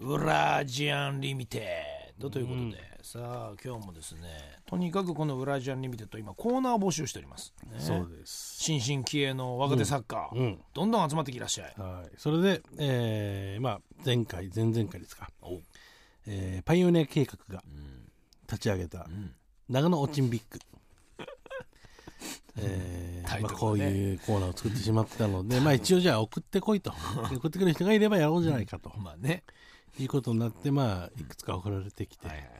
ウラジアンリミテッドということで、さあ今日もですねとにかくこのウラジアンリミテッド今コーナーを募集しております、ねそうです。新進気鋭の若手作家、うん。どんどん集まってきていらっしゃいはい。それで、えー、まあ、前回、前々回ですか。おうえー、パイオニア計画が立ち上げた、長野オチンビッ ク。えターイトルがまあ、ねこういうコーナーを作ってしまったので、まあ一応じゃあ送ってこい と。送ってくる人がいればやろうじゃないかと。まあねいうことになって、まあ、いくつか送られてきて、はいはいはい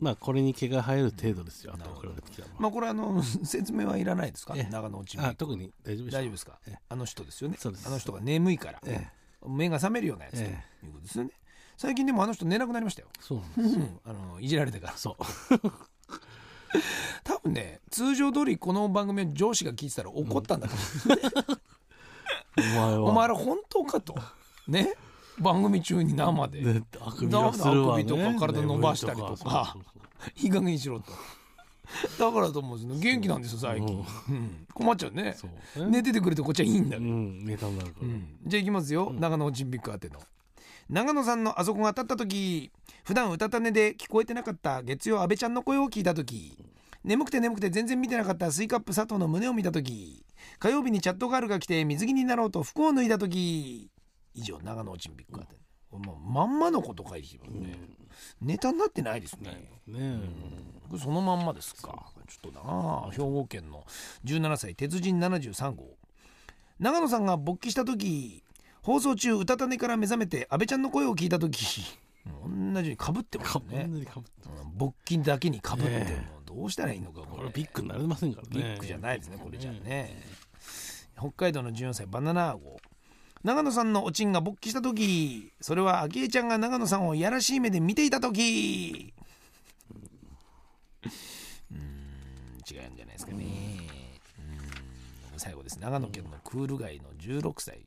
まあ、これに毛が生える程度ですよ。あなとるほ送どられてきたのは。まあこれあの 説明はいらないですかええ長野落ちあ、特に大丈夫でしょ大丈夫夫ですかええあの人ですよねそうですあの人が眠いから、え目が覚めるようなやつとえいうことですよね最近でもあの人寝なくなりましたよ、そうなんですうん、あのいじられてからそう。 多分ね通常通りこの番組を上司が聞いてたら怒ったんだと思お前は。うお前ら本当かとね番組中に生でであくびをするわ、ね、だからあくびとか体伸ばしたりとか眠いとかいい加減にしろとだからだと思うんですよ元気なんですよ最近、うん、困っちゃうねそうそうそう寝ててくれてこっちはいいんだうけど、んネタになるから、うんじゃあいきますよ、長野オリンピック宛ての長野さんのあそこが当たった時普段歌たねで聞こえてなかった月曜阿部ちゃんの声を聞いた時眠くて眠くて全然見てなかったスイカップ佐藤の胸を見た時火曜日にチャットガールが来て水着になろうと服を脱いだ時以上長野オリンピック宛ての、もうまんまのこと書いてきてますね、ネタになってないですね、ねえ、これそのまんまですかちょっとなあ兵庫県の17歳鉄人73号長野さんが勃起した時放送中うたた寝から目覚めて安倍ちゃんの声を聞いた時 うん同じようにかぶってますかよぶねんなにかぶってます、うん勃起だけにかぶってるの、えどうしたらいいのかここれれビッグになれませんからねビッグじゃないですねこれじゃね北海道の14歳バナナー号長野さんのおちんが勃起した時それは昭恵ちゃんが長野さんをいやらしい目で見ていた時うーん違うんじゃないですかねうーん最後です長野県のクール街の16歳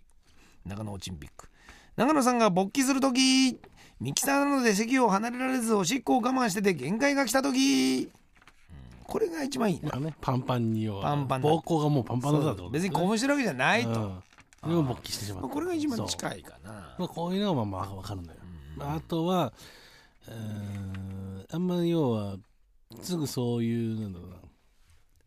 長野オチンピック長野さんが勃起する時ミキサーなので席を離れられずおしっこを我慢してて限界が来た時うんこれが一番いいなまあねパンパンに要はパンパンだ膀胱がもうパンパンだったってこと別に興奮してるわけじゃないと、うんそれを勃起してしまっまたあ、これが一番そう近いかなまあ、こういうのはまあまあ分かるんだよ、まあ、あとはうーんあんまり要はすぐそういうなんだろうな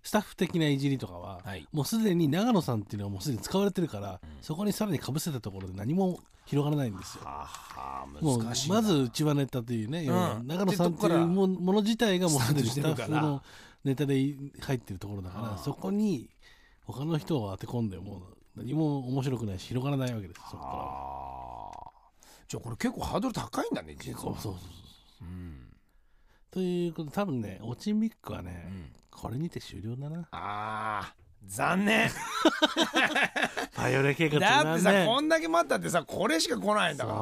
スタッフ的ないじりとかは、はいもうすでに長野さんっていうのはもうすでに使われてるから、そこにさらにかぶせたところで何も広がらないんですよ。はあはあもう難しいなまずうちはネタというね、要は長野さんってってとこいからうももの自体がもうすでにススタターットしてるかフらのネタで入ってるところだから、あーそこに他の人を当て込んでもう何も面白くないし広がらないわけですよそこからはああじゃあこれ結構ハードル高いんだね実そうはそうそううんということ多分ねオチンビックはうね、んこれにて終了だなあー残 念パイオレ計画だってさこんんだけ待ったってさこれしか来ないんだか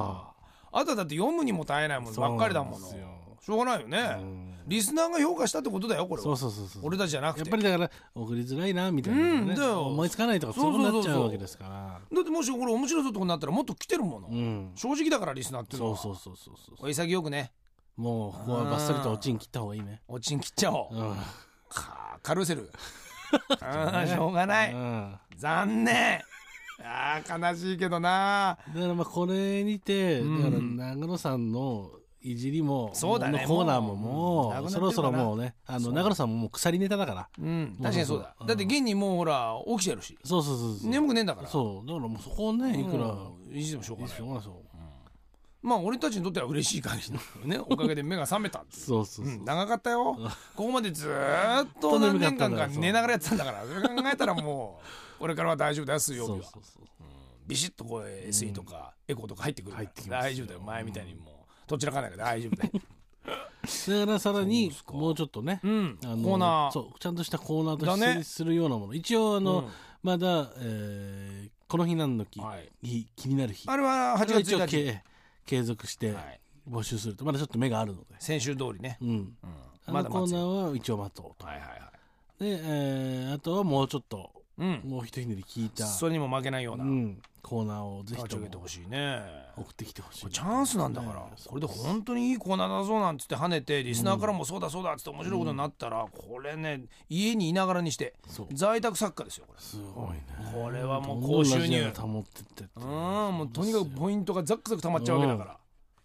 らあとはだって読むにも耐えないものばっかりだものそうなんしょうがないよね、リスナーが評価したってことだよこれはそうそうそうそう俺たちじゃなくてやっぱりだから送りづらいなみたいなのがね、うんだよ思いつかないとかそうそうそうそうそうなっちゃうわけですからだってもしこれ面白そうとこになったらもっと来てるもの、うん正直だからリスナーっていうのそはうそうそうそうそ潔くねうもうここはバッサリとおちん切った方がいいねおちん切っちゃおう、うん、うんかカルーセル あーしょうがない残念あー悲しいけどなだからまあこれにて、うんだから長野さんのいじりもそうだねこのコーナーももうもなうくなってるそろそろかなもうねあそのう長野さんももう鎖ネタだからうん確かにそうだだって現にもうほら起きてるしそうそうそうそう眠くねえんだからそうだからもうそこをねいくら、うん意地でもしょういがいないしょうがないですよまあ俺たちにとっては嬉しい限りのねおかげで目が覚めた っていうそうそううそう、ん、長かったよここまでずーっと何年間か寝ながらやってたんだからそれ考えたらもうこれからは大丈夫だよ水曜日そはうそうそうビシッとこう SE とかエコーとか入ってくるから入ってきますよ大丈夫だよ前みたいにもうどちらかないから大丈 夫だよだからさらにそうですかもうちょっとね、うんコあのーナーそうちゃんとしたコーナーとだねしてするようなもの、一応あの、うんまだ、えーこの日何の日、はい日気になる日あれはそ8れは月一応1日、継継続してはい、募集するとまだちょっと目があるので、先週通りね、うん、うん、あまのだコ待つーナよーは一応待とうと、はいはいはいで、えーあとはもうちょっとうんもう一ひねり聞いた、それにも負けないようなうん、コーナーをぜひ立ちと上もげてほしいね送ってきてほしいこれチャンスなんだからねこれで本当にいいコーナーだぞなんつって跳ねてリスナーからもそうだそうだっつって面白いことになったらこれね家にいながらにしてそう在宅作家ですよこれすごいねこれはもうどんどん高収入ラジオが保ってってってうんもうとにかくポイントがザックザク溜まっちゃうわけだから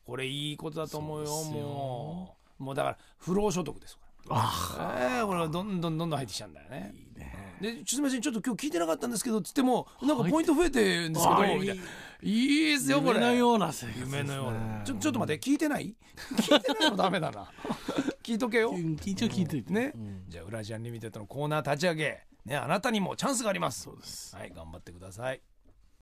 これいいことだと思うよそうですよもうもうだから不労所得ですあからええ俺はどんどんどんどん入ってきたんだよねいいねでちょっとすみませんちょっと今日聞いてなかったんですけどつってもなんかポイント増えてるんですけどはいみたいないいですよこれ夢のような生活です、ね、夢のようなちょちょっと待って聞いてない聞いてないのダメだな聞いと けようん一応聞いといてね、うんじゃあウラジアンリミテッドのコーナー立ち上げねあなたにもチャンスがありますですはい頑張ってください